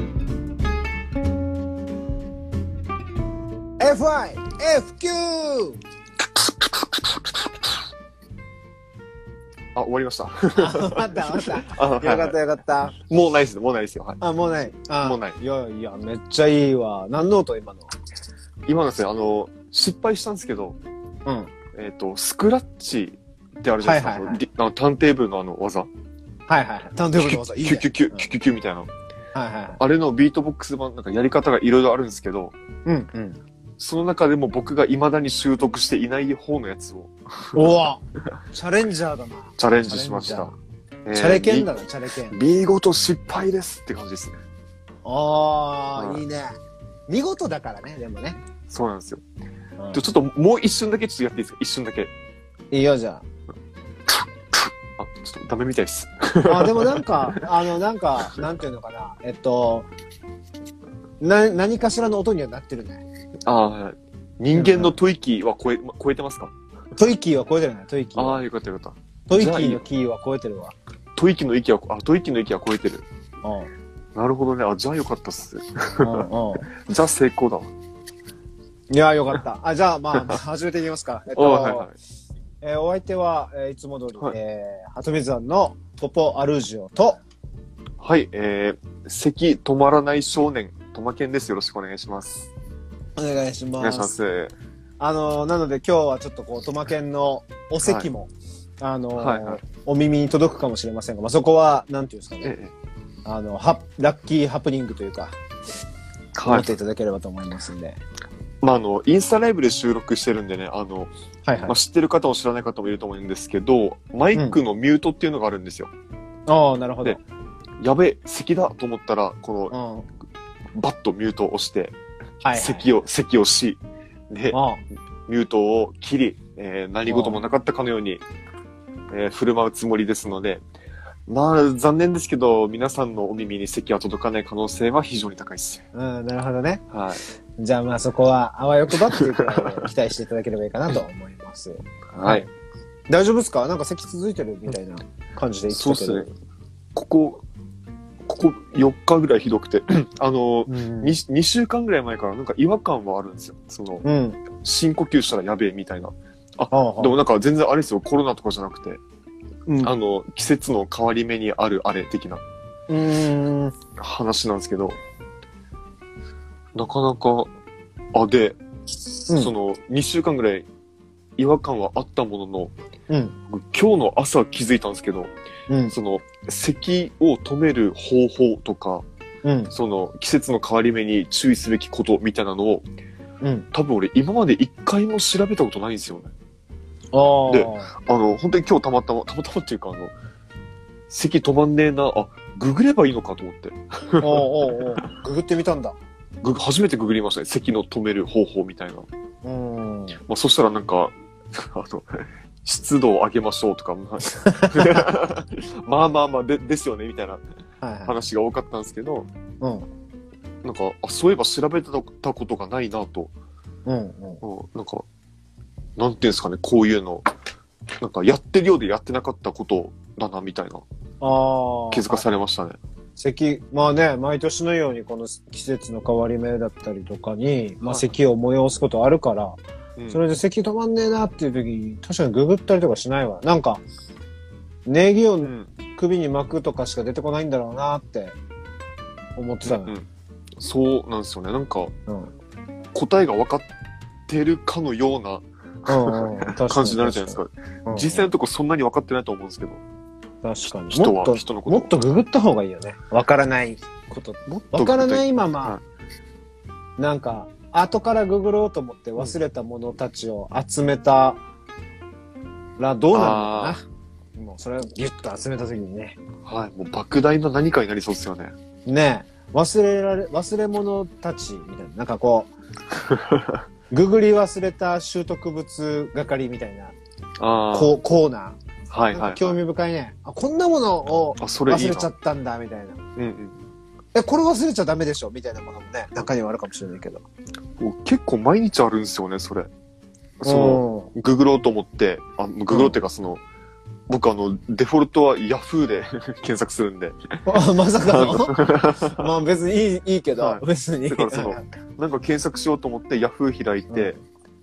FIFQ! あ、終わりました。あったあった。よあはいかったよかった。もうないです、もうないですよ。はい、あ、もうない。あもうないいやいや、めっちゃいいわ。何ノート今の。今なんですよ、あの、失敗したんですけど、うん。えっ、と、スクラッチってあるじゃないですか。はいはいはいあのりあの探偵部のあの技。はいはい。ターンテーブルの技。いいキねュキュキュうキんュキュキュキュみたいな。はいはいはい。あれのビートボックス版、なんかやり方がいろいろあるんですけど、うんうん。その中でも僕が未だに習得していない方のやつをおおチャレンジャーだな。チャレンジしました。えーチャレケンだな、チャレケン。見見事失敗ですって感じですね。あはあ、いいいね。見事だからね、でもね。そうなんですよ。うんちょちょっともう一瞬だけちょっとやっていいですか一瞬だけ。いいよ、じゃあ、ちょっとダメみたいです。あ。あ、でもなんか、 あの、なんか、なんていうのかな。えっと、な、何かしらの音にはなってるね。ああ、はい人間の吐息は超え、ま超えてますかトイキーは超えてるね、トイキーあは。あ、よかったよかった。トイキーのキーは超えてるわ。吐息の息は、あ、吐息の息は超えてる。うん。うんなるほどね。あ、じゃあよかったっす。うん。じゃあ成功だわ。いや、よか った。あ、じゃあ、まあ、まあ始めていきますか。えっあと、はいはい。えーお相手は、えーいつも通り、はいえー、鳩水山のポポアルジオと、はい、えー、咳止まらない少年、とまけんです。よろしくお願いします。お願いしおま願いす。します。あのー、なので今日はちょっとこう、トマケンのお席も、あのー、はいはいお耳に届くかもしれませんが、まあ、そこは、なんていうんですかね、ええ、あの、ハプラッキーハプニングというか、思はっいて。いただければと思いますんで。まあ、あの、インスタライブで収録してるんでね、あの、はいはい。まあ、知ってる方も知らない方もいると思うんですけど、マイクのミュートっていうのがあるんですよ。ああ、なるほど。でやべえ、咳だと思ったら、こうの、ん。はい、バッとミュートを押して、はい。咳を、咳をし、で、あミュートを切り、えー何事もなかったかのように、えー振る舞うつもりですので、まあ、残念ですけど、皆さんのお耳に席は届かない可能性は非常に高いです。あ、うん、なるほどね。はい。じゃあまあそこは、あわよくばっていうくらいで期待していただければいいかなと思います。はい。 大丈夫ですかなんか席続いてるみたいな感じで言ってそうたけですど。ね。ここ、ここ4日ぐらいひどくて、 あの、うん。 2, 週間ぐらい前からなんか違和感はあるんですよ。その、うん。深呼吸したらやべえみたいな。ああでもなんか全然あれですよ、コロナとかじゃなくて、うんあの、季節の変わり目にあるあれ的な。うん。話なんですけど、なかなか、あ、で、その、2週間ぐらい違和感はあったものの、うん。僕今日の朝気づいたんですけど、うん。その、咳を止める方法とか、うん。その、季節の変わり目に注意すべきことみたいなのを、うん。多分俺今まで一回も調べたことないんですよね。ああ。であの、本当に今日たまたま、たまたまっていうか、あの、咳止まんねえな、あ、ググればいいのかと思って、 おうおうおうググってみたんだ。ググ初めてググりましたね。咳の止める方法みたいな。うん。まあ、そしたらなんか、 あの、湿度を上げましょうとか、まあまあ まあまあで、ですよね、みたいなはいはい。話が多かったんですけど、うん。なんか、あそういえば調べてたことがないなと、うん。うんなんか、なんていうんですかね、こういうの、なんかやってるようでやってなかったことだな、みたいな、ああ。気づかされましたね。咳、まあね、毎年のようにこの季節の変わり目だったりとかに、まあはい咳を催すことあるから、うんそれで咳止まんねえなっていう時に、確かにググったりとかしないわ。なんか、ネギをうん首に巻くとかしか出てこないんだろうなって思ってたのうよ。んそうなんですよね。なんか、うん。答えが分かってるかのような うんうん。確か感じになるじゃないですか。うんうん実際のとこそんなに分かってないと思うんですけど。確かに。人もっとは、人のこともっとググった方がいいよね。わからないこと。もっとわからないいまま、なんか、後からググろうと思って忘れたものたちを集めたらどうなるのかな。もうそれをギュッと集めた時にね。はいもう莫大な何かになりそうですよねねえ忘れられ、忘れ物たちみたいな。なんかこ う、ググり忘れた習得物係みたいなあコーコーナあはー。いなんはかい、興味深いね。あ、こんなものをあそれい忘いれちゃなったんだ、みたいな。うんうんえ、これ忘れちゃダメでしょみたいなものもね、中にはあるかもしれないけど。もう結構毎日あるんですよねそれそのググろうと思ってあググろうっていうかその、僕あの、デフォルトは Yahoo で 検索するんで、あ まさかの まあ別にいいいいけど、はい別に。だからそのなんか検索しようと思って Yahoo 開いて、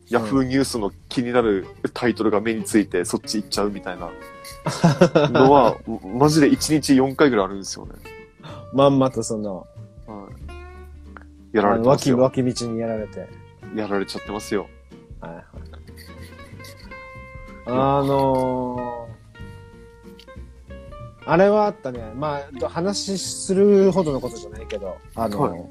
Yahoo ニュースの気になるタイトルが目について、そっち行っちゃうみたいなの は、マジで1日4回ぐらいあるんですよね。 まんまとその、やられてま脇すよ。脇道にやられて。やられちゃってますよ。はいはい。あのー、あれはあったね。まあ、話するほどのことじゃないけど、あのーは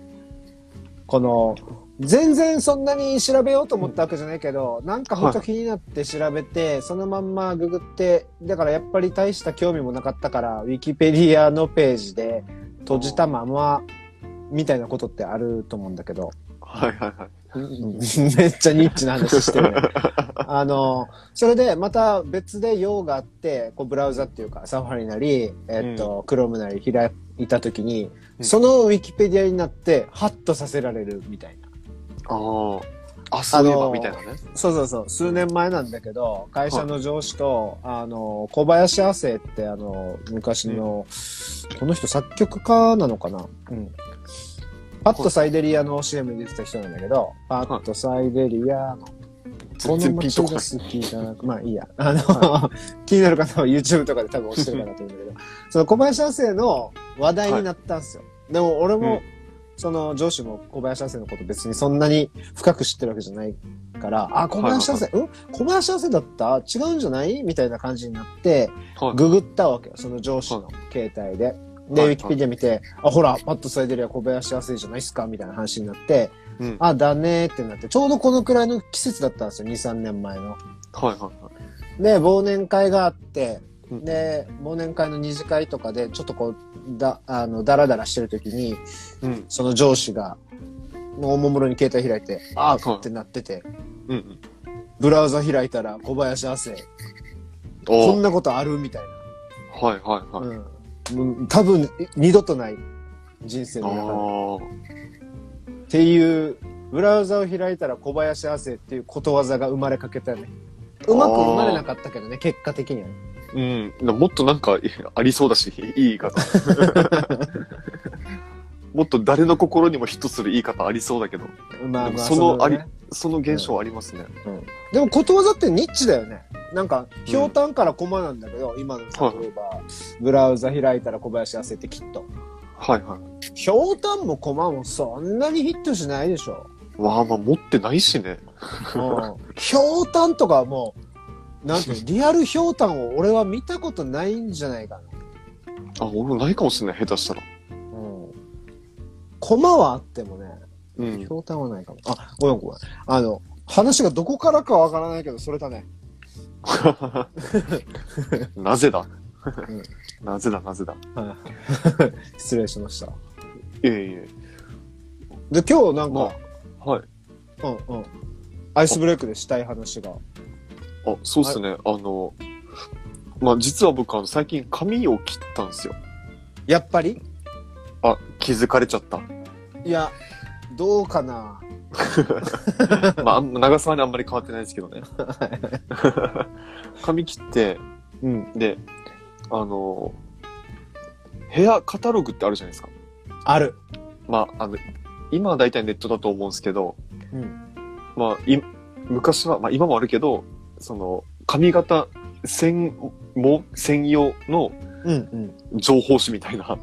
この、全然そんなに調べようと思ったわけじゃないけど、なんかほんと気になって調べて、そのまんまググって、だからやっぱり大した興味もなかったから、ウィキペディアのページで閉じたまま、みたいなことってあると思うんだけど、はいはいはい。 めっちゃニッチな話してるね。あの、それでまた別で用があって、こうブラウザっていうか、サファリなり、えっと、クロームなり開いたときに、うんそのウィキペディアになって、ハッとさせられるみたいな。ああ。あ、そういえあばのーみたいなね。そうそうそう、数年前なんだけど、会社の上司と、あの、小林亜生って、あの、昔の、この人作曲家なのかなうん。パッとサイデリアの CM に出てた人なんだけど、パッとサイデリアの全然ピンとこない。好きじゃなく、まあいいや。あの、 気になる方は YouTube とかで多分押してるかなと思うんだけど、 その小林亜生の話題になったんですよ。でも俺も、うんその上司も小林亜生のこと別にそんなに深く知ってるわけじゃないから、あ、小林亜生、うん小林亜生だった違うんじゃないみたいな感じになって、はいググったわけよ。その上司の携帯で。で、はいウィキペディア見て、あ、ほら、パッとされてるや小林亜生じゃないっすかみたいな話になって、うんあ、だねーってなって、ちょうどこのくらいの季節だったんですよ、2、3年前の。はいはいはい。で、忘年会があって、うんで、忘年会の二次会とかで、ちょっとこう、だ、あの、だらだらしてる時に、うん。その上司が、もうおもむろに携帯開いて、あはーいってなってて、うんうん。ブラウザ開いたら、小林亜生、こおんーなことあるみたいはいはいな。はい。うん。もう多分、二度とない人生あの中で。あ。っていう、ブラウザを開いたら小林亜生っていうことわざが生まれかけたね。うまく生まれなかったけどね、結果的にはね。うん、もっとなんか ありそうだし、いい言い方。もっと誰の心にもヒットする言い方ありそうだけど、まあでまあ、もそのれありねその現象ありますね。でもことわざってニッチだよね。なんか、ひょうたんからコマなんだけど、今のさはい例えば、ブラウザ開いたら小林亜生ってきっと。はいはい。ひょうたんもコマもそんなにヒットしないでし ょ。わあ、まあ持ってないしね。うんひょうたんとかはもう、なんていうの、リアルひょうたんを俺は見たことないんじゃないかな。あ、俺もないかもしれない、下手したら。うん。コマはあってもね、うんひ。ょうたんはないかも。あ、ごめんごめん。あの、話がどこからかわからないけど、それだね。 なぜだん なぜだ、なぜだ。はい 失礼しました。いえいえ。で、今日なんか、まあ、はい。うんうん。アイスブレイクでしたい話が。あ、そうですね。あの、まあ実は僕、あの、最近髪を切ったんですよ。やっぱりあ、気づかれちゃ った。いや、どうかな。まああん、長さはね、あんまり変わってないですけ どね。髪切って、うん。で、あの、ヘアカタログってあるじゃないですか。ある。まあ、あの、今は大体ネットだと思うんですけど、うん。まあ、い昔は、まあ今もあるけど、その、髪型専、も、専用のうんうん。情報誌みたいな、は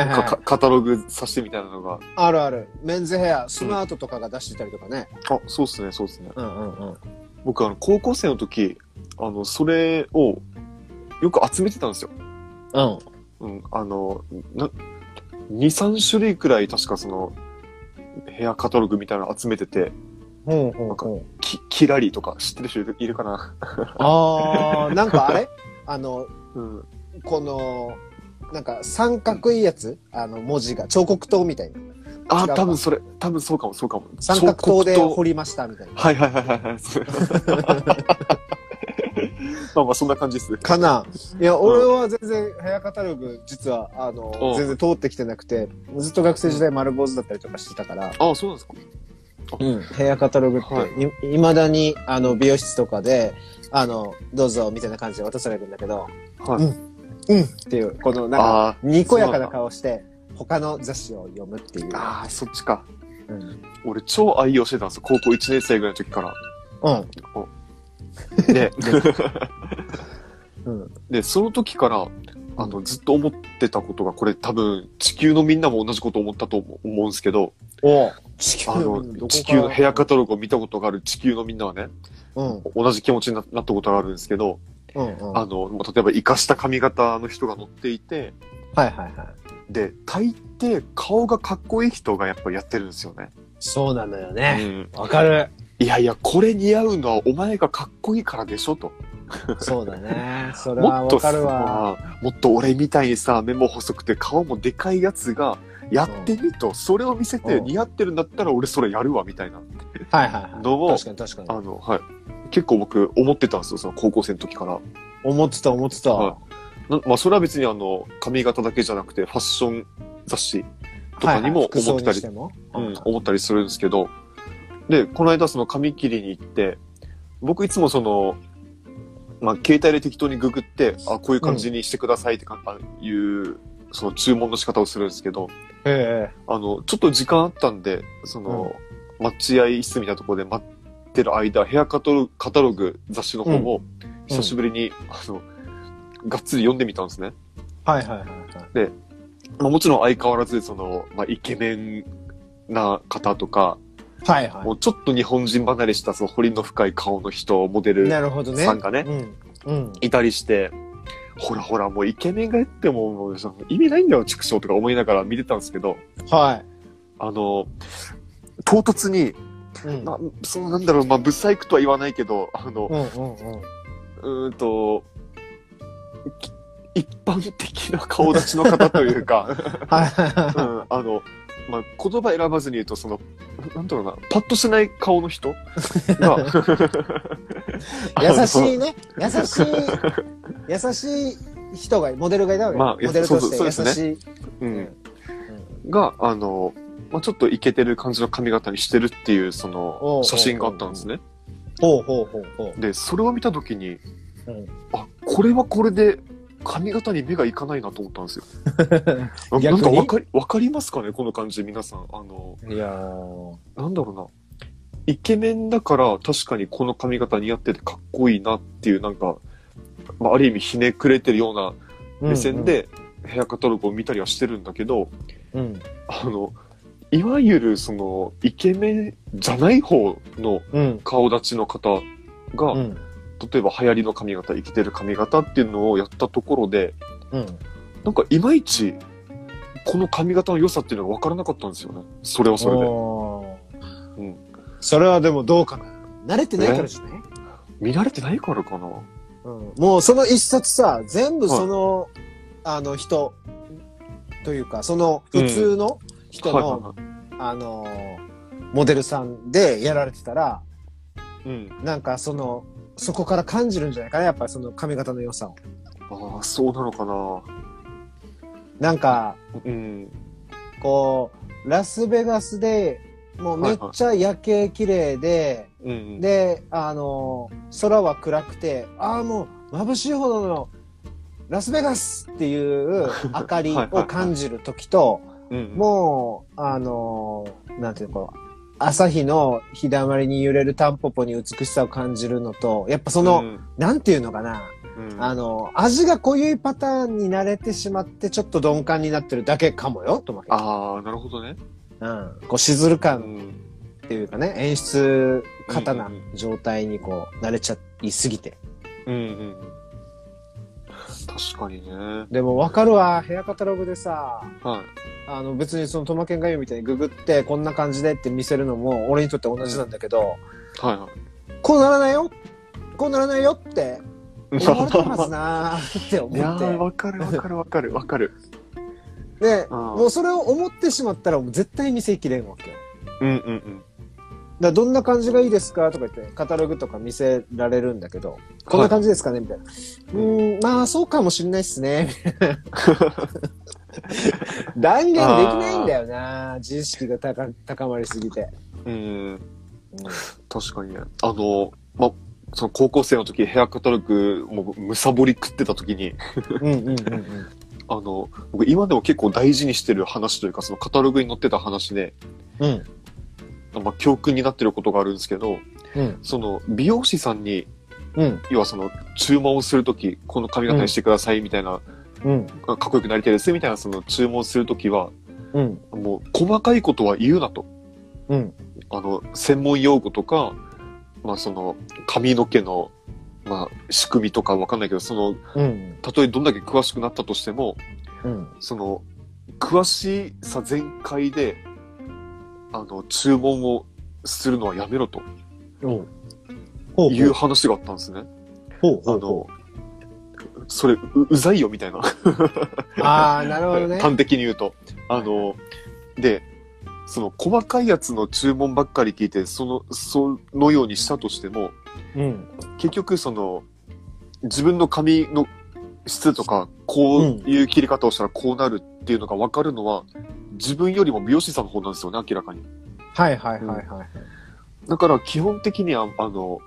いはい、かはい。カタログさしてみたいなのが、あるある。メンズヘア、スマートとかが出してたりとかね。あ、そうっすね、そうっすね。うんうんうん。僕、あの、高校生の時、あの、それを、よく集めてたんですよ。うん。うん、あの、な、2、3種類くらい確かその、ヘアカタログみたいなの集めてて、ほうほうほう。きキラリとか知ってる人いるいるかな あー、なんかあれ あの、うん。この、なんか三角いやつあの文字が。彫刻刀みたいな。違あ、うか多分それ、多分そうかも、そうかも。三角刀で彫刻彫りましたみたいな。刀はいはいはいはいはいそれ。 まあまあそんな感じですね。かないや、俺は全然ヘアカタログ、実は、あのう、ん全然通ってきてなくて、ずっと学生時代丸坊主だったりとかしてたから、ああ、そうなんですか。うん、ヘアカタログって、、はいいまだに、あの、美容室とかで、あの、どうぞ、みたいな感じで渡されるんだけど、はい。うんうんっていう、この、なんか、あにこやかな顔して、他の雑誌を読むっていうー。あー、そっちか。うん。俺超愛用してたんですよ。高校1年生ぐらいの時から。うん。で、うん。で、その時から、あの、ずっと思ってたことが、これ多分、地球のみんなも同じこと思ったと思思うんですけど、お地球あ の、地球のヘアカタログを見たことがある地球のみんなはね、うん。同じ気持ちにななったことがあるんですけど、うん。うん。あはいの、もう例えば、生かした髪型の人が乗っていて、はいはい。で、大抵、顔がかっこいい人がやっぱやってるんですよね。そうなのようね。ん。わかる。いやいや、これ似合うのはお前がかっこいいからでしょ、と。そうだ ね。それはもっわとかさるわ。もっと俺みたいにさ目も細くて顔もでかいやつがやってみと、それを見せてうん似合ってるんだったら俺それやるわみたいなはいはいはい。どうも確かに確かあに。の、はい、結構僕思ってたんですよその高校生の時から思ってた思ってた。はな、まあ、それは別にあの髪型だけじゃなくてファッション雑誌とかにもはいはい思って服装たりにしてもうん、思ったりするんですけど、で、この間その髪切りに行って、僕いつもその、まあ、携帯で適当にググって、あ、こういう感じにしてくださいってか、あいう、その注文の仕方をするんですけど、えあの、ちょっと時間あったんで、その、待合室みたいなところで待ってる間、ヘアカトロカタログ雑誌の方を久しぶりに、あの、がっつり読んでみたんですね。え。はいはいはいはい。まあ、もちろん相変わらず、その、まあ、イケメンな方とか、はいはもうちょっと日本人離れしたその彫りの深い顔の人モデい。ルなるほどね。さんがねうん。うん。いたりしてほらほらもうイケメンがやってももうその意味ないんだよ畜生とか思いながら見てたんですけどはあの唐突に、い。うん。なそのなんだろうまあブサイクとは言わないけどあのうんうんうん。うーんとき一般的な顔立ちの方とい うか、はいはいはいはうい。ん、あの、まあ、言葉選ばずに言うとそのなんだろうなパッとしない顔の人が 優しいね。優しい、優しい人が、モデルがいたわけ、まあモデルとしてそう優そうそうですしい。うん、が、あの、まあ、ちょっとイケてる感じの髪型にしてるっていう、そおうおうの、写真があったんですね。ほうほうほうほう。で、それを見たときに、うんあ、これはこれで、髪型に目がいかないなと思ったんですよ。な逆なにんかわかり、わかりますかねこの感じ、皆さん。あの、 いやーなんだろうな。イケメンだから、確かにこの髪型似合っててかっこいいなっていう、なんか、まあ、ある意味ひねくれてるような目線、で、ヘアカタログを見たりはしてるんだけど、うんうんあの、いわゆるその、イケメンじゃない方のうん顔立ちの方が、うん例えば流行りの髪型、生きてる髪型っていうのをやったところで、うん、なんかいまいち、この髪型の良さっていうのが分からなかったんですよね。それはそれで。おーうんそれはでもどうかな慣れてないからじゃない、見られてないからかな。うん、もうその一冊さ全部その、あの人というかその普通の人はいの、はあのーモデルさんでやられてたらいはい。うん。なんかそのそこから感じるんじゃないかなやっぱりその髪型の良さをああ、そうなのかな。なんかうん。こうラスベガスでもうめっちゃ夜景綺麗で、うん。で、あのー空は暗くて、ああ、もう眩しいほどのラスベガスって いう明かりはいはいはをい感じるときと、うん、もう、あのーなんていうのかな、朝日の日だまりに揺れるタンポポに美しさを感じるのと、やっぱその、うん、なんていうのかな、うんあの味が濃いパターンに慣れてしまって、ちょっと鈍感になってるだけかもよ、と思って。ああ、なるほどね。うん。こう、しずるう感ん。っていうかね、演出方うなんうん状態にこう、慣れちゃいすぎて。うんうん。確かにね。はでもわかるわ、ヘアカタログでさ、い。あの別にそのトマケンが言うみたいにググってこんな感じでって見せるのも俺にとって同じなんだけど、はいはい。こうならないよこうならないよって思われてますなーって いや思ーっわかるわかるわかるわかる。て。で、うんもうそれを思ってしまったらもう絶対見せきれんわけよ。うんうんうん。だからどんな感じがいいですかとか言って、カタログとか見せられるんだけど、こんな感じですかねみたいな。うーん、まあ、そうかもしれないっすね。 断言できないんだよな。自意識が高高まりすぎて。うん。確かにね。あの、ま、その高校生の時ヘアカタログ、もう、むさぼり食ってた時に、うんうんうんうん。あの、僕今でも結構大事にしてる話というか、そのカタログに載ってた話で、うん。まあ、教訓になってることがあるんですけど、うん。その、美容師さんに、うん。要はその、注文するとき、この髪型にしてください、みたいな、うん。かっこよくなりたいです、みたいな、その、注文するときは、うん。もう、細かいことは言うなと。うん。あの、専門用語とか、まあその、髪の毛の、まあ、仕組みとかわかんないけど、その、うん。たとえどんだけ詳しくなったとしても、うん。その、詳しさ全開で、あの、注文をするのはやめろとほうほういう話があったんですね。ほうあほうほの、それ、う、うざいよみたいな。う。ああ、なるほどね。端的に言うと。あの、で、その細かいやつの注文ばっかり聞いて、その、そのようにしたとしても、うん。結局その自分の髪の質とかこういう切り方をしたらこうなるっていうのが分かるのは、自分よりも美容師さんの方なんですよね明らかにはいはいはいはい。だから基本的にはあの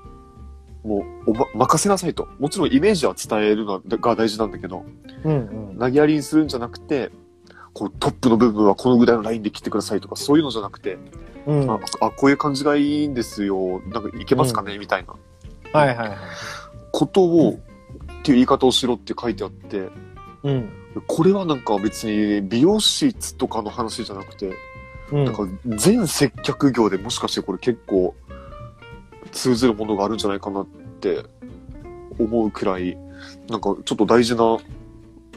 もうおま任せなさいともちろんイメージは伝えるのが大事なんだけどうん投げやりにするんじゃなくてこうトップの部分はこのぐらいのラインで切ってくださいとかそういうのじゃなくて、うん。うん。あはいあこういう感じがいいんですよなんかいけますかね、みたいなはいはい。ことうを、んっていう言い方をしろって書いてあってうん。これはなんか別に美容室とかの話じゃなくて、うんなんか全接客業でもしかしてこれ結構通ずるものがあるんじゃないかなって思うくらい、なんかちょっと大事な、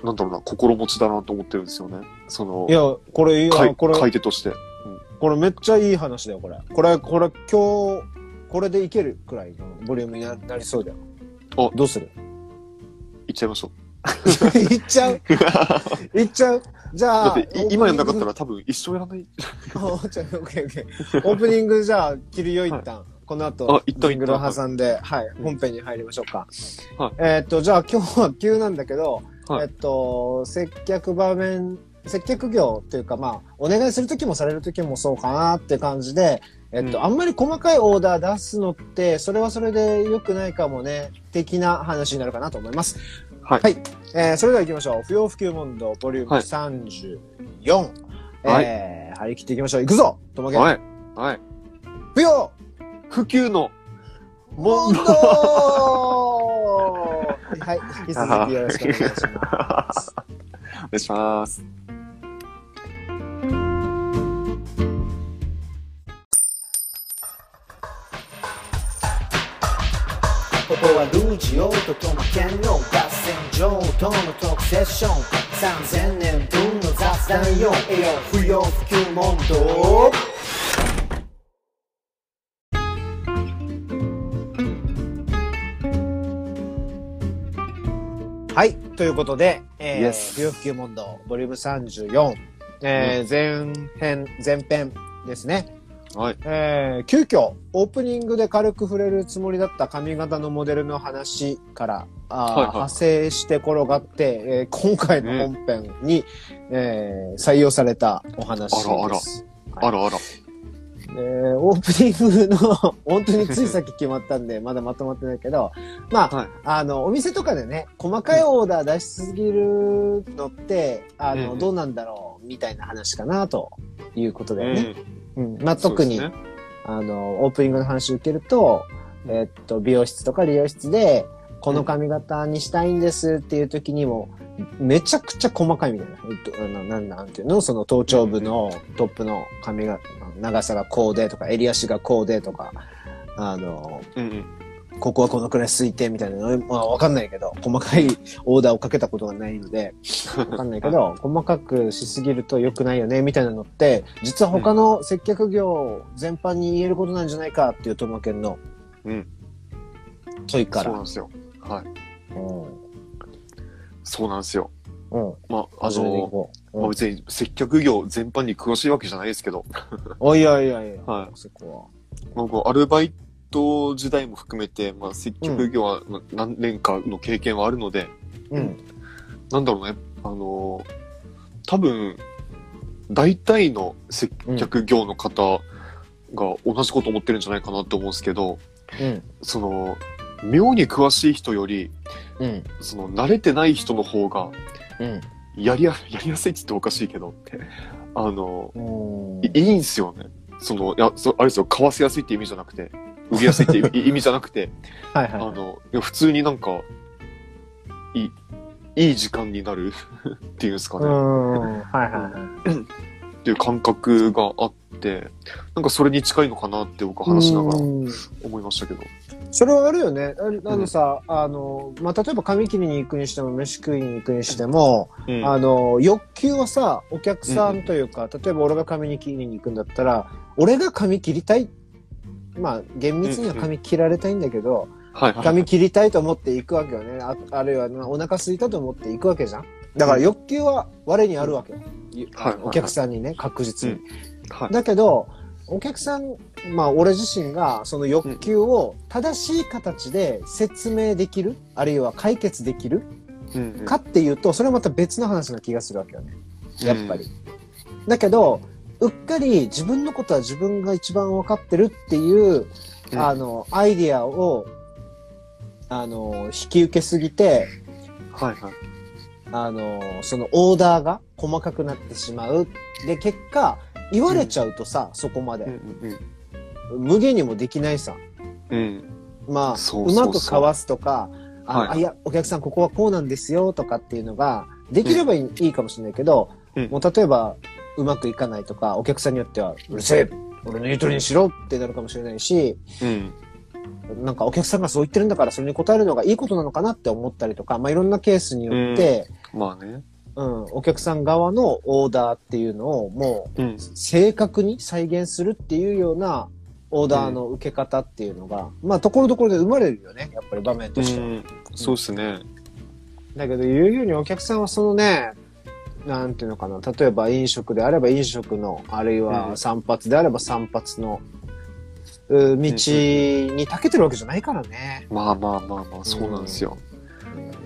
なんだろうな、心持ちだなと思ってるんですよね。そのい、や、これいいかや、いこれ買、い手として。これめっちゃいい話だよ、これ。これ、これ、今日、これでいけるくらいのボリュームにななりそうだよ。おどうする いっちゃいましょう。いっち ゃういっちゃうじゃだっあ、てい今やんなかったら。ら多分一生やらない。 オープニングオッケーオッケーオープニングじゃあ、切るよ一旦。この後、あ一旦ジングルを挟んで、はい、本編に入りましょうか。はいえーっと、じゃあ今日は急なんだけど、はいえっと、接客場面、接客業っていうか、まあ、お願いするときもされるときもそうかなって感じで、えっと、うんあんまり細かいオーダー出すのって、それはそれで良くないかもね、的な話になるかなと思います。はいえーそれでは行きましょう。不要不急問答、ボリュームはい34。はいえー張り切っていきましょう。行くぞともげ。はい。はい。不要普及の問問答 題。はい、引き続きよろしくお願いします。お願いします。ここはルージオとトマケンの合戦場とのトークセッション3000年分の雑談よえよ不要不急問答はい、ということで、えー Yes 不要不急問答、ボリューム34、えー前編、前編ですね。はい。えー急遽、オープニングで軽く触れるつもりだった髪型のモデルの話から、あーはいはい派生して転がって、えー今回の本編に、えー採用されたお話です。あらあらあらあら。えーオープニングの 本当についさっき決まったんでまだまとまってないけどまあ,、はいあのお店とかでね細かいオーダー出しすぎるのってあの、うんどうなんだろうみたいな話かなということだよね、うんうんまあ、特に、そうですねあのオープニングの話を受けると、えっと美容室とか理容室でこの髪型にしたいんですっていう時にも、めちゃくちゃ細かいみたいな。えっと、あのなんなんていうのその頭頂部のトップの髪が、長さがこうでとか、襟足がこうでとか、あの、うんうんここはこのくらい空いてみたいなの、まあわかんないけど、細かいオーダーをかけたことがないの で、わかんないけど、細かくしすぎると良くないよね、みたいなのって、実は他の接客業全般に言えることなんじゃないかっていうともけんの、うん。問いかそうなら。んですよ。はい。うん。そうなんですよ。うん。まあ、あ始めていの、こう。まあ、うん別に接客業全般に詳しいわけじゃないですけど、おいやいやいや、はそこまあ、こうアルバイト時代も含めて、まあ、接客業はまあ何年かの経験はあるので、は。うん。なんだろうね、あの、多分、大体の接客業の方が同じこと思ってるんじゃないかなって思うんですけど、うん。その、妙に詳しい人より、うん。その、慣れてない人の方が、うん。やりや、 やりやすいって言っておかしいけど、あの、おいーいいんすよね。その、いや、そあれですよ、かわせやすいって意味じゃなくて、売りやすいっ て意味意味じゃなくて、はいあはの、いや普通になんか、いい、いい時間になる っていうんですかい。うーね、っん。はいは。ていう感覚があって、なんかそれに近いのかなって僕はい話しながらうん思いましたけど。それはあるよね。ああのさ、あの、まあ、例えば髪切りに行くにしても、飯食いに行くにしても、うんあの、欲求はさ、お客さんというか、例えば俺が髪に切りに行くんだったら、俺が髪切りたい。まあ、厳密には髪切られたいんだけど、はいはい。髪切りたいと思って行くわけよね。ああるいは、まあお腹空いたと思って行くわけじゃん。だから欲求は我にあるわけよ。はいお客さんにね、確実に。はいだけど、お客さん、まあ俺自身がその欲求を正しい形で説明できる、あるいは解決できるうんうんかっていうと、それはまた別の話な気がするわけよね。やっぱり。だけど、うっかり自分のことは自分が一番わかってるっていう、うんあの、アイディアを、あの、引き受けすぎて、はいはい。あの、そのオーダーが細かくなってしまう。で、結果、言われちゃうとさ、そこまうで。んうん無限にもできないさ。うん。うん。まあ、そうそうそううまくかわすとか、あ,、はいい、あ、いや、お客さんここはこうなんですよとかっていうのが、できればいい,、かもしれないけど、うんもう例えば、うまくいかないとか、お客さんによっては、うるせえ俺の言う通りにしろってなるかもしれないし、うん。なんかお客さんがそう言ってるんだから、それに応えるのがいいことなのかなって思ったりとか、まあいろんなケースによって、まあね。うん、お客さん側のオーダーっていうのをもううん。正確に再現するっていうようなオーダーの受け方っていうのが、まあところどころで生まれるよね、やっぱり場面うとしては。ん。そうですね。だけど言うようにお客さんはそのねなんていうのかな例えば飲食であれば飲食のあるいうんは散髪であれば散髪のう道に長けてるわけじゃないからね。まあまあまあまあ、そうなんですよ。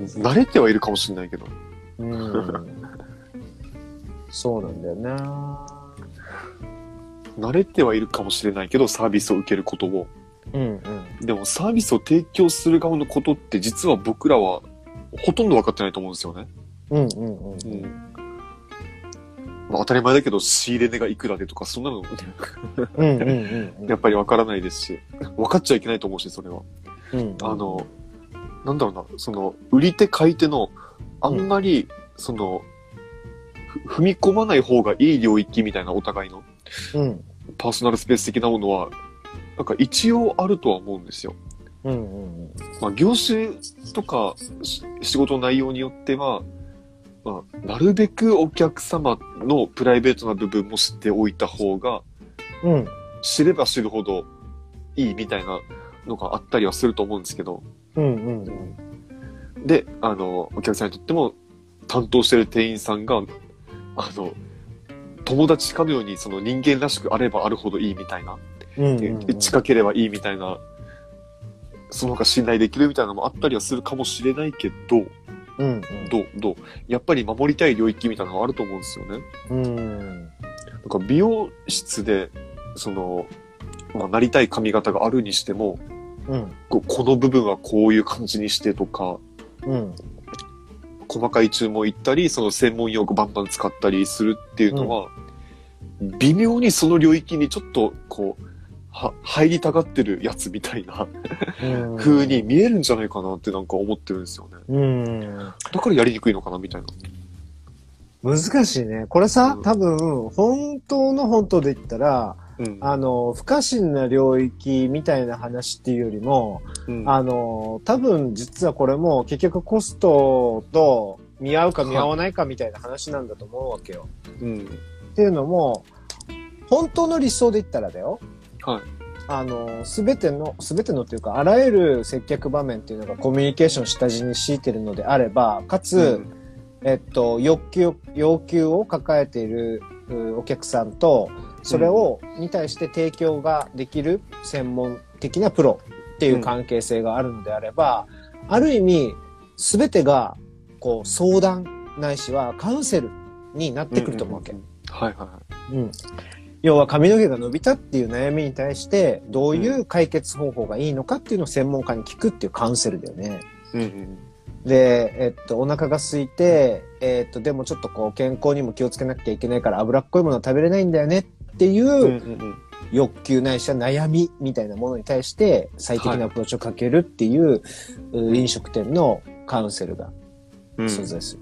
慣れてはいるかもしれないけど。うん、そうなんだよな。慣れてはいるかもしれないけど、サービスを受けることを。うんうんでも、サービスを提供する側のことって、実は僕らは、ほとんど分かってないと思うんですよね。うんうんうんうん。まあ、当たり前だけど、仕入れ値がいくらでとか、そん なの、うんうんうんやっぱり分からないですし、分かっちゃいけないと思うし、それは。うんあの、なんだろうな、その、売り手買い手の、あんまり、その、ふ踏み込まない方がいい領域みたいなお互いのうんパーソナルスペース的なものは、なんか一応あるとは思うんですよ。うんうんまあ、業種とかし仕事の内容によっては、まあ、なるべくお客様のプライベートな部分も知っておいた方が、うんうん知れば知るほどいいみたいなのがあったりはすると思うんですけど、うんうんで、あの、お客さんにとっても、担当してる店員さんが、あの、友達かのように、その人間らしくあればあるほどいいみたいな、うんでうん近ければいいみたいな、その他信頼できるみたいなのもあったりはするかもしれないけど、うんどうどうやっぱり守りたい領域みたいなのがあると思うんですよね。うんなんか美容室で、その、まあ、なりたい髪型があるにしても、うんここの部分はこういう感じにしてとか、うん細かい注文行ったり、その専門用語バンバン使ったりするっていうのは、微妙にその領域にちょっと、こう、は、入りたがってるやつみたいなうん風に見えるんじゃないかなってなんか思ってるんですよね。うんだからやりにくいのかなみたいな。難しいね。これさう、ん多分、本当の本当で言ったら、うん。あの、不可侵な領域みたいな話っていうよりも、うん、あの、多分実はこれも結局コストと見合うか見合わないかみたいな話なんだと思うわけよ。うん。っていうのも、本当の理想で言ったらだよ。はい。あの、すべての、すべてのっていうか、あらゆる接客場面っていうのがコミュニケーションを下地に敷いてるのであれば、かつ、うんえっと、欲求、要求を抱えているうお客さんと、それを、に対して提供ができる専門的なプロっていう関係性があるのであれば、ある意味、すべてが、こう、相談ないしはカウンセルになってくると思うわけ。んんんはいはいはい。うん。要は髪の毛が伸びたっていう悩みに対して、どういう解決方法がいいのかっていうのを専門家に聞くっていうカウンセルだよね。うんうん。で、えっと、お腹が空いて、えっと、でもちょっとこう、健康にも気をつけなきゃいけないから脂っこいものは食べれないんだよねってうんういうんうん。欲求ないしは悩みみたいなものに対して最適なアプローチをかけるっていう、う飲食店のカウンセルがうん存在する。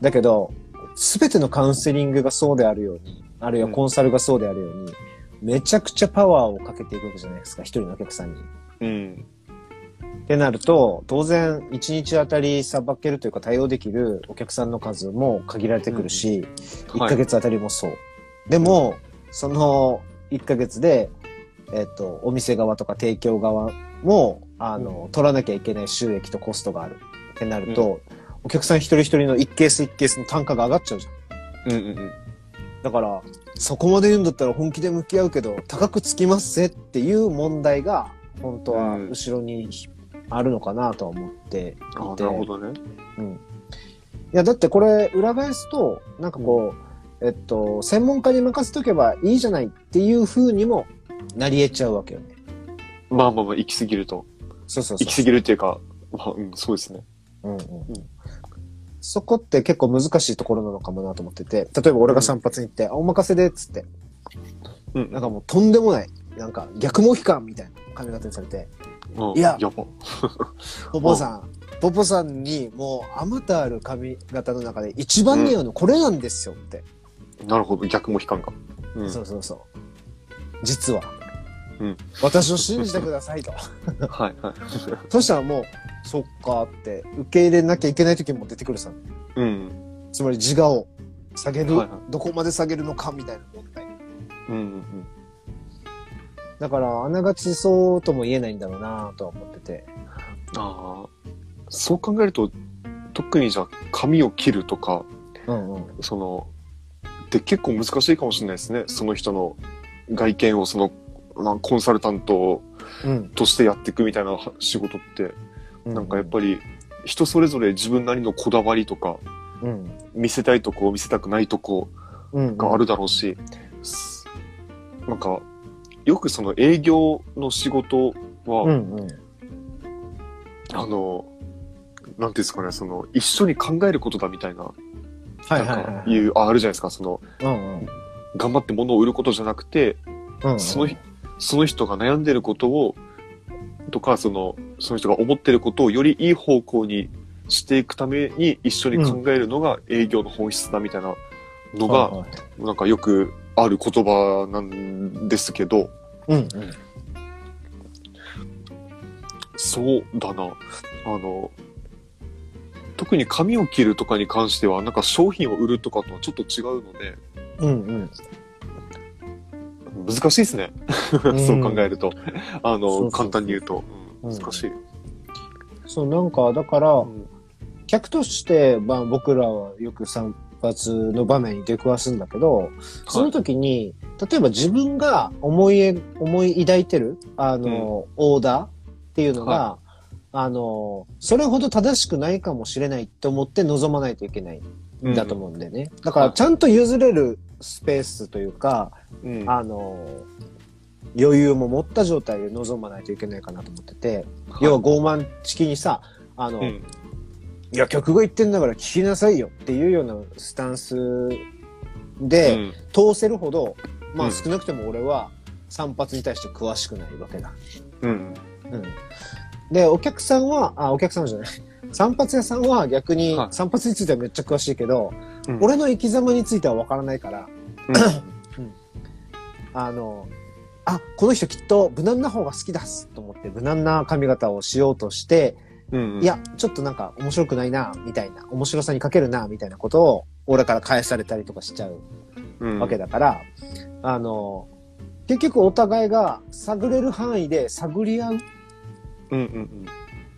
だけど、すべてのカウンセリングがそうであるように、あるいはコンサルがそうであるように、めちゃくちゃパワーをかけていくわけじゃないですか、一人のお客さんに。うん。ってなると、当然、一日あたりさばけるというか対応できるお客さんの数も限られてくるし、一はいヶ月あたりもそう。でも、その1ヶ月で、えっと、お店側とか提供側も、あの、取らなきゃいけない収益とコストがあるってなると、お客さん一人一人の一ケース一ケースの単価が上がっちゃうじゃん。うんうんうん。だから、そこまで言うんだったら本気で向き合うけど、高くつきますぜっていう問題が、本当は後ろにあるのかなとは思っていて。ああ、なるほどね。うんいや、だってこれ、裏返すと、なんかこう、えっと、専門家に任せとけばいいじゃないっていう風にもなり得ちゃうわけよね。まあまあまあ、行き過ぎると。そうそう行きそ過ぎるっていうか、まあ、うん、そうですね。う。うんうんうんそこって結構難しいところなのかもなと思ってて、例えば俺が散髪に行って、あお任せでっつって、うんなんかもうとんでもない、なんか逆モヒカンみたいな髪型にされて、うんいややば。ポポさん、ポポさんにもうあまたある髪型の中で一番似合うのこれなんですよって。なるほど、逆も悲観か。うん。そうそうそう。実は。うん私を信じてくださいと。 はいはい。そしたらもう、そっかって、受け入れなきゃいけない時も出てくるさ。 うん。つまり自我を下げる、はいはどこまで下げるのかみたいな問題。うんうんだから、あながちそうとも言えないんだろうなとは思ってて。うん。ああ。そう考えると、特にじゃあ、髪を切るとか、うんうん。その、って結構難しいかもしれないですね。その人の外見をその、まあ、コンサルタントうん。としてやっていくみたいな仕事って、なんかやっぱり、り、人それぞれ自分なりのこだわりとか、うん。見せたいとこ、見せたくないとこ、うん。があるだろうし、すなんか、よくその営業の仕事は、うんうん。あの、なんていうんですかね、その、一緒に考えることだみたいな、はいはいはいなんはかい。いう、あ、あるじゃないですか、その、うんうん。頑張って物を売ることじゃなくて、うんうんその日、その人が悩んでることを、とか、その、その人が思ってることをよりいい方向にしていくために一緒に考えるのが営業の本質だみたいなのが、はいはいなんかよくある言葉なんですけど、うんうん。そうだな。あの、特に髪を切るとかに関しては、なんか商品を売るとかとはちょっと違うので、うんうん。難しいですね。 そう考えると。あそうそうその、う簡単に言うと。うんうん難しい。そう、なんか、だからう、ん客として、まあ、僕らはよく散髪の場面に出くわすんだけど、その時に、例えば自分が思いえ、思い抱いてる、あの、オーダーっていうのが、はあの、それほど正しくないかもしれないと思って臨まないといけないんだと思うんだよね。だから、ちゃんと譲れるスペースというか、うん。あの、余裕も持った状態で臨まないといけないかなと思ってて、要は傲慢式にさ、あの、うんいや、曲が言ってんだから聴きなさいよっていうようなスタンスうでん通せるほど、まうあん少なくとも俺は散髪に対して詳しくないわけだ。うん。うん。で、お客さんは、あ、お客さんじゃない。 散髪屋さんは逆にはい散髪についてはめっちゃ詳しいけど、うん俺の生き様についてはわからないから、 うんあの、あ、この人きっと無難な方が好きだっすと思って無難な髪型をしようとして、うんうんいや、ちょっとなんか面白くないな、みたいな、面白さに欠けるな、みたいなことを、俺から返されたりとかしちゃううんわけだから、あの、結局お互いが探れる範囲で探り合うっうんうんうん。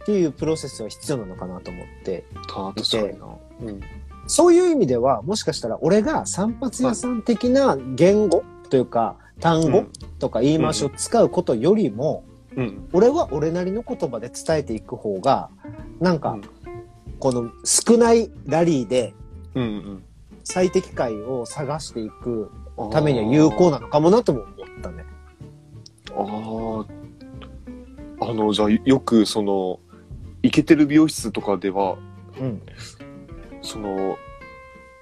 ていうプロセスは必要なのかなと思って、た確かにな。うんそういう意味では、もしかしたら俺が散髪屋さん的な言語というか、単語とか言い回しを使うことよりも、うん。俺は俺なりの言葉で伝えていく方が、なんうかん、この少ないラリーでうんうん。最適解を探していくためには有効なのかもなとも思ったね。ああ。あの、じゃあ、よく、その、イケてる美容室とかでは、うん。その、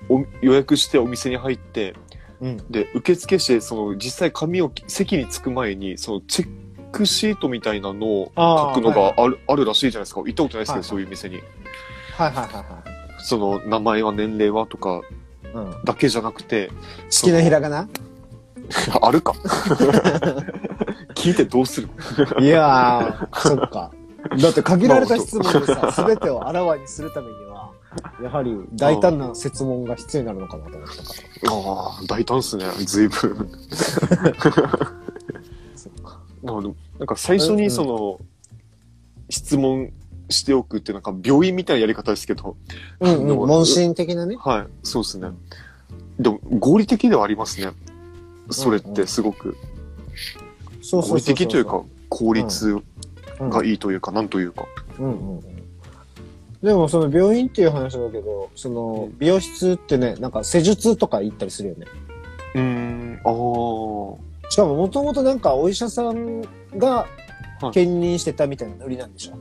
お予約してお店に入って、うん。で、受付して、その、実際髪をき席に着く前に、その、チェックシートみたいなのを書あーくのはいがある、あるらしいじゃないですか。行ったことないですはいはけど、いそういう店に。はいはいはいその、名前は年齢はとか、はい。うん。だけじゃなくて、 式のひらがなあ るか聞いてどうするいやー、そっか。だって限られた質問でさ、すべてをあらわにするためには、やはり大胆な説問が必要になるのかなと思ったから。ああ、大胆っすね、随分。そっか。なんかでもなんか最初うんうにんその、質問しておくってなんか病院みたいなやり方ですけど、うんうん。問診的なね。はい、そうですね。でも合理的ではありますね。それっうんうてんすごく。そう合そうそう理そう。的というか、効率うん、がいいというか、なんというか。うんうんうん。でもその病院っていう話だけど、その美容室ってね、なんか施術とか行ったりするよね。うーん、ああ、しかももともとなんかお医者さんがはい兼任してたみたいなノリなんでしょ、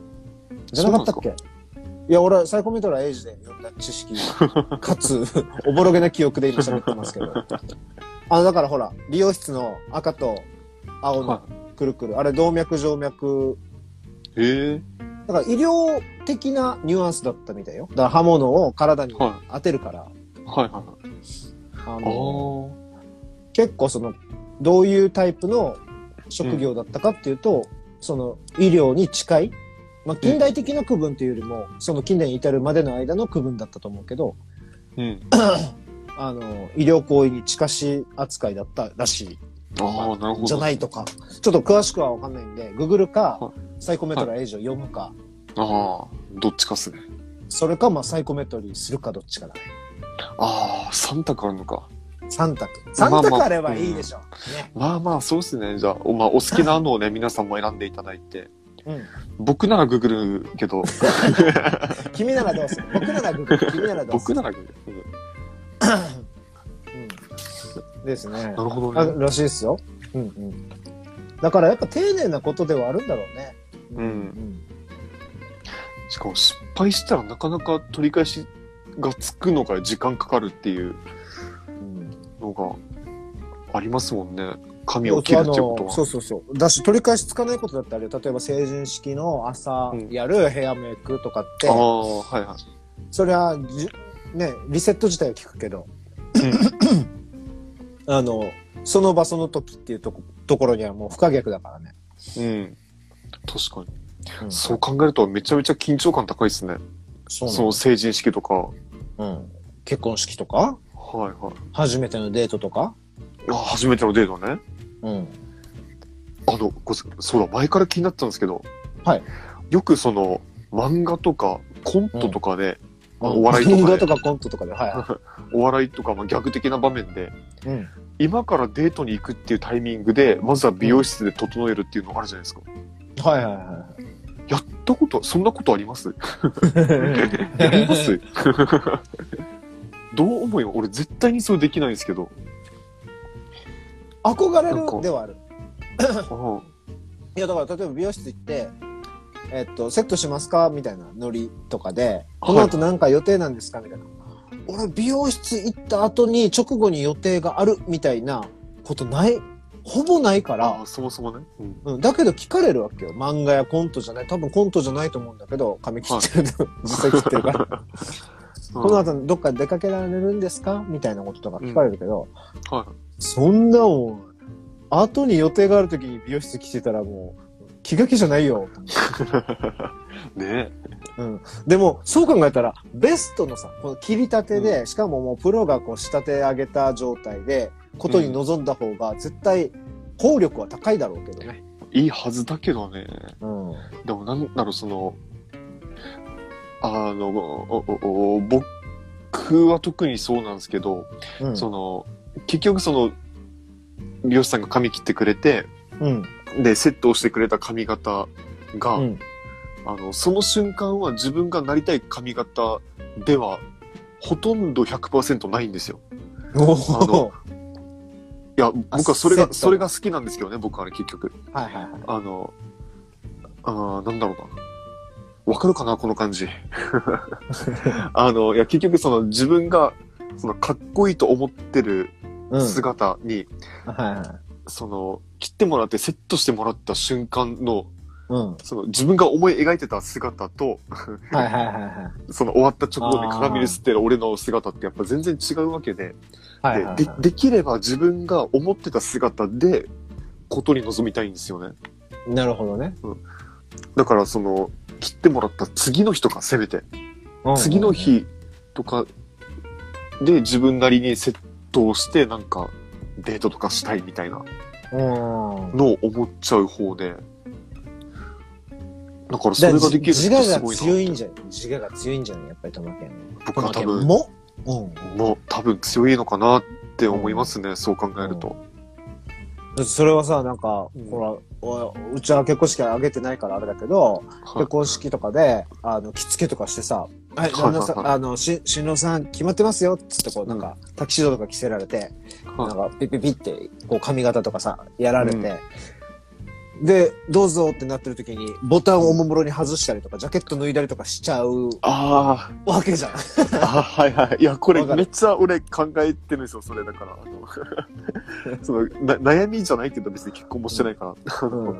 じゃなかったっけいや、俺、サイコメトラエイジで読んだ知 識、かつ、おぼろげな記憶で今喋ってますけど。 あの、だからほら、美容室の赤と青のはくるくる、あれ動脈、静脈、へえ、だから医療的なニュアンスだったみたいよ。だから刃物を体には当てるから、い、はい、はい。あああの、ー、結構その、どういうタイプの職業だったかっていうと、その医療に近い、まあ、近代的な区分というよりも、その近代に至るまでの間の区分だったと思うけど、うん。あの、医療行為に近しい扱いだったらしい。ああ、なるほど。じゃないとか、ちょっと詳しくはわかんないんで、ググるかは、サイコメトラエイジを読むか、ああ、どっちかっすね。それか、まあ、サイコメトリーするかどっちかだね。ああ、三択あるのか。三択。まあ三まあ択あればいいでしょ。まあまあ、そうですね。じゃあ、お,、まあ、お好きなのをね、皆さんも選んでいただいて。ね。うん。僕ならググるけ ど、君ならどうする僕ならググる。君ならどうす僕るならググる。うんですねな。るほあどね。らしいですよ。うんうん。だからやっぱ丁寧なことではあるんだろうね。う。うんん。しかも失敗したらなかなか取り返しがつくのが時間かかるっていううんのがありますもんね。髪そをう切るそっうてことそは。うそうそう。だし取り返しつかないことだってあるよ。例えば成人式の朝うんやるヘアメイクとかって、ああ、はいはい。そりゃじねリセット自体は効くけど、 あのその場その時っていうとこところにはもう不可逆だからね。うん。確かに。うんそう考えるとめちゃめちゃ緊張感高いですね。そうなその成人式とか。はいのうん。結婚式とかはい。初めてのデートとか。あ初めてのデートね。うん。あの、こそうだ、前から気になってたんですけど、はい。よくその、漫画とか、コントとかで、まあお笑 い漫画ととかかコントとかで、はいはで、お笑いとか、まあ、逆的な場面で、い。うん。今からデートに行くっていうタイミングで、まずは美容室で整えるっていうのがあるじゃないですか。はいはいはやったこと、そんなことありますい。やりますどう思い俺絶対にそれできないんですけど。憧れるではある。うんいや、だから例えば美容室行って、えっと、セットしますかみたいなノリとかで、この後なんか予定なんですかみたいな。俺、美容室行った後に直後に予定があるみたいなことない、ほぼないからあ、そもそもね。うんうん、だけど聞かれるわけよ。漫画やコントじゃない。多分コントじゃないと思うんだけど、髪切ってると、 実際切ってるから。この後どっか出かけられるんですかみたいなこととか聞かれるけど、はい。そんなもん、後に予定がある時に美容室来てたらもう、気が気じゃないよ。 ねうん。でも、そう考えたら、ベストのさ、この切りたてで、しかももうプロがこう仕立て上げた状態で、ことに臨んだ方が絶対、効力は高いだろうけどね。いいはずだけどね。うん。でもなんだろう、その、あの、おおお僕は特にそうなんですけど、うん。その、結局その、美容師さんが髪切ってくれて、うん。で、セットをしてくれた髪型が、うん。あの、その瞬間は自分がなりたい髪型では、ほとんど100%ないんですよ。おーや、僕はそれセッが、トそれが好きなんですけどね、僕はあれ結局。 はいはいはい。あの、あーなんだろうな。わかるかな、この感じ。 あの、いや、結局その自分が、そのかっこいいと思ってるうん。姿に、はいはい。その、切ってもらってセットしてもらった瞬間の、うん。その自分が思い描いてた姿と、はいはいはいはい。その終わった直後にあー鏡に映ってる俺の姿ってやっぱ全然違うわけで、はいはいではでできれば自分が思ってた姿で、ことに臨みたいんですよね。い。なるほどね。だからその、切ってもらった次の日とかせめて、うん次の。日とかで自分なりにセットをしてなんかデートとかしたいみたいなうん。のを思っちゃう方で、だからそだれからができる自我すがごいな。強いんじゃない自我が強いんじゃないやっぱり玉県。僕玉は多県分、も。うん。もう多分強いのかなって思いますね、そう考えると。だってそれはさ、なんか、うんほらお、うちは結婚式あげてないからあれだけど、はい結婚式とかで、あの、着付けとかしてさ、はい、はいはい旦那さん、あの、し、新郎さん決まってますよ、つってこう、なんか、タキシードとか着せられて、はいなんか、ピッピッピッって、こう、髪型とかさ、やられて、で、どうぞってなってる時に、ボタンをおもむろに外したりとか、ジャケット脱いだりとかしちゃうあーわけじゃん。 あ、はいはい。いや、これわかるめっちゃ俺考えてるんですよ、それだから。あの そのな悩みじゃないけど別に結婚もしてないから。うん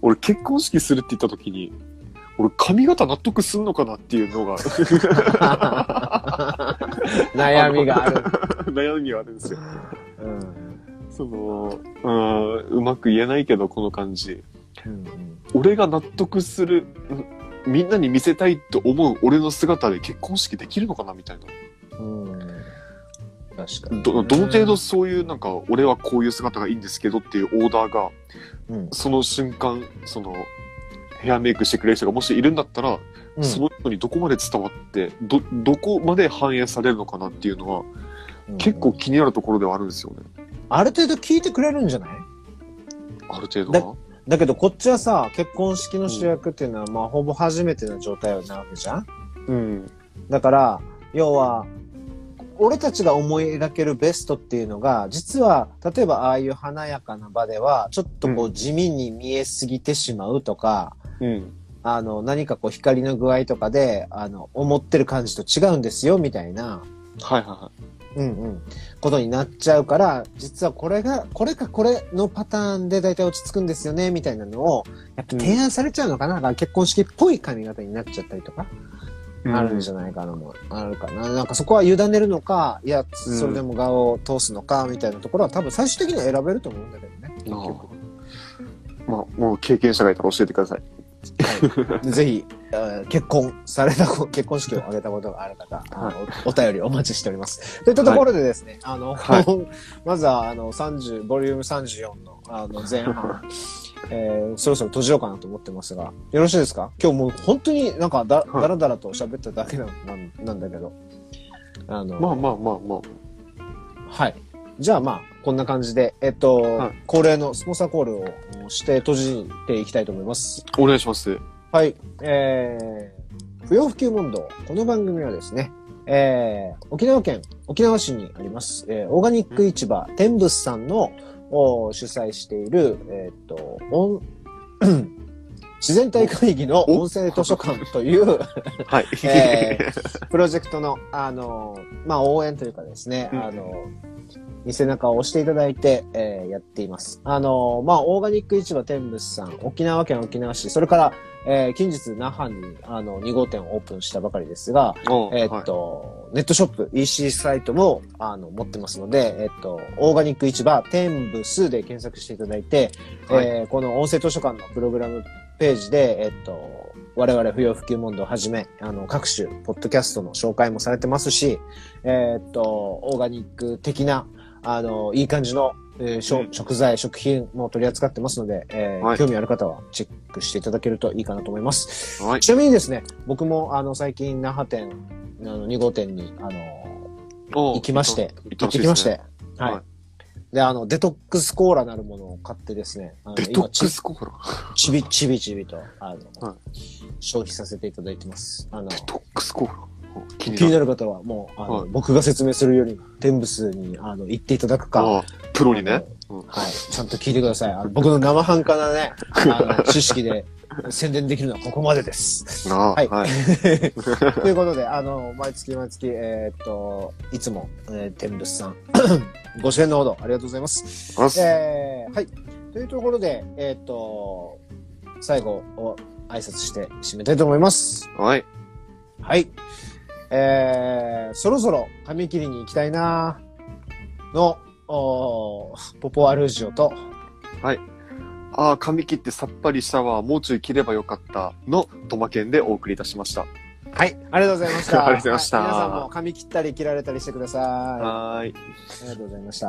俺結婚式するって言った時に俺髪型納得すんのかなっていうのが 悩みがある。悩みがあるんですようんそのうんうまく言えないけどこの感じうん俺が納得するうんみんなに見せたいと思う俺の姿で結婚式できるのかなみたいなうんうん確かに。どどの程度そういうなんか俺はこういう姿がいいんですけどっていうオーダーがうん、その瞬間そのヘアメイクしてくれる人がもしいるんだったらうんその人にどこまで伝わって、ど、どこまで反映されるのかなっていうのは、結構気になるところではあるんですよね。ある程度聞いてくれるんじゃないある程度は。だけどこっちはさ結婚式の主役っていうのは、まあほぼ初めての状態なわけじゃんうん。だから要は俺たちが思い描けるベストっていうのが実は例えばああいう華やかな場ではちょっとこうう地味に見えすぎてしまうとか、うん。あの何かこう光の具合とかであの思ってる感じと違うんですよみたいな、はいはいはうんうん、ことになっちゃうから実はこれがこれかこれのパターンで大体落ち着くんですよねみたいなのをやっぱ提案されちゃうのかな,、なんか結婚式っぽい髪型になっちゃったりとか、い。あるんじゃゃないかなもあるかななんかそこは委ねるのかいやうんそれでも顔を通すのかみたいなところは多分最終的には選べると思うんだけどね。なあまあ、もう経験者がいたら教えてください。はい、ぜひ、えー結婚された子、 結婚式を挙げたことがある方、あのおお便りお待ちしております。といったところでですね、あの、は まずは、あの、30、ボリューム34の、あの、前 半、えーそろそろ閉じようかなと思ってますが、よろしいですか今日もう本当になんかだ、はいだらだらと喋っただけなんなんなんだけど、あの、まあまあまあまあ。はい。じゃあまあ、こんな感じで、えっと、はい恒例のスポンサーコールをして閉じていきたいと思います。お願いします。はい。えー、不要不急問答。この番組はですね、えー、沖縄県沖縄市にあります、えーオーガニック市場天仏さんのお主催している、えーっと、オン 自然体会議のお音声図書館という、はい。えプロジェクトの、あの、まあ、応援というかですね、うんあの、見せ中を押していただいて、えーやっています。あの、まあ、オーガニック市場天仏さん、沖縄県沖縄市、それから、えー近日、那覇に、あの、2号店をオープンしたばかりですが、 おえーっと、ネットショップ、EC サイトも、あの、持ってますので、えーっと、オーガニック市場、天部数で検索していただいて、はいえーこの音声図書館のプログラムページで、えーっと、我々不要不急問答をはじめ、あの、各種、ポッドキャストの紹介もされてますし、えーっと、オーガニック的な、あの、いい感じの、えーしょうん食材、食品も取り扱ってますので、えーはい興味ある方はチェックしていただけるといいかなと思います。はい。はい。ちなみにですね、僕もあの最近那覇店、あの2号店にあのお行きまして、行行ってきまし。て、はい。はいで、あの、デトックスコーラなるものを買ってですね、あのデトックスコーラ。今ちちびちびちびと、あの、は消費させていただいてます。あの、デトックスコーラ。気気ににななるる。方は、もう、あの、はい僕が説明するよりも、天仏に、あの、行っていただくか、ああ、プロにね。うんはい、ちゃんと聞いてください。あの僕の生半可なね、あの、知識で宣伝できるのはここまでです。なあ、ははいい。 ということで、あの、毎月毎月、えーっと、いつも、えー、天仏さん、 ご支援のほどありがとうございます。あすえーはい。というところで、えーっと、最後を挨拶して締めたいと思います。はい。はい。えー、そろそろ髪切りに行きたいなの、おーポポアルージオと、ああ、髪切ってさっぱりしたわ。もうちょい切ればよかった。の、トマケンでお送りいたしました。はい、 ありがとうございました。ありがとうございましたは皆さんも髪切ったり切られたりしてください。あはーい。りがとうございました。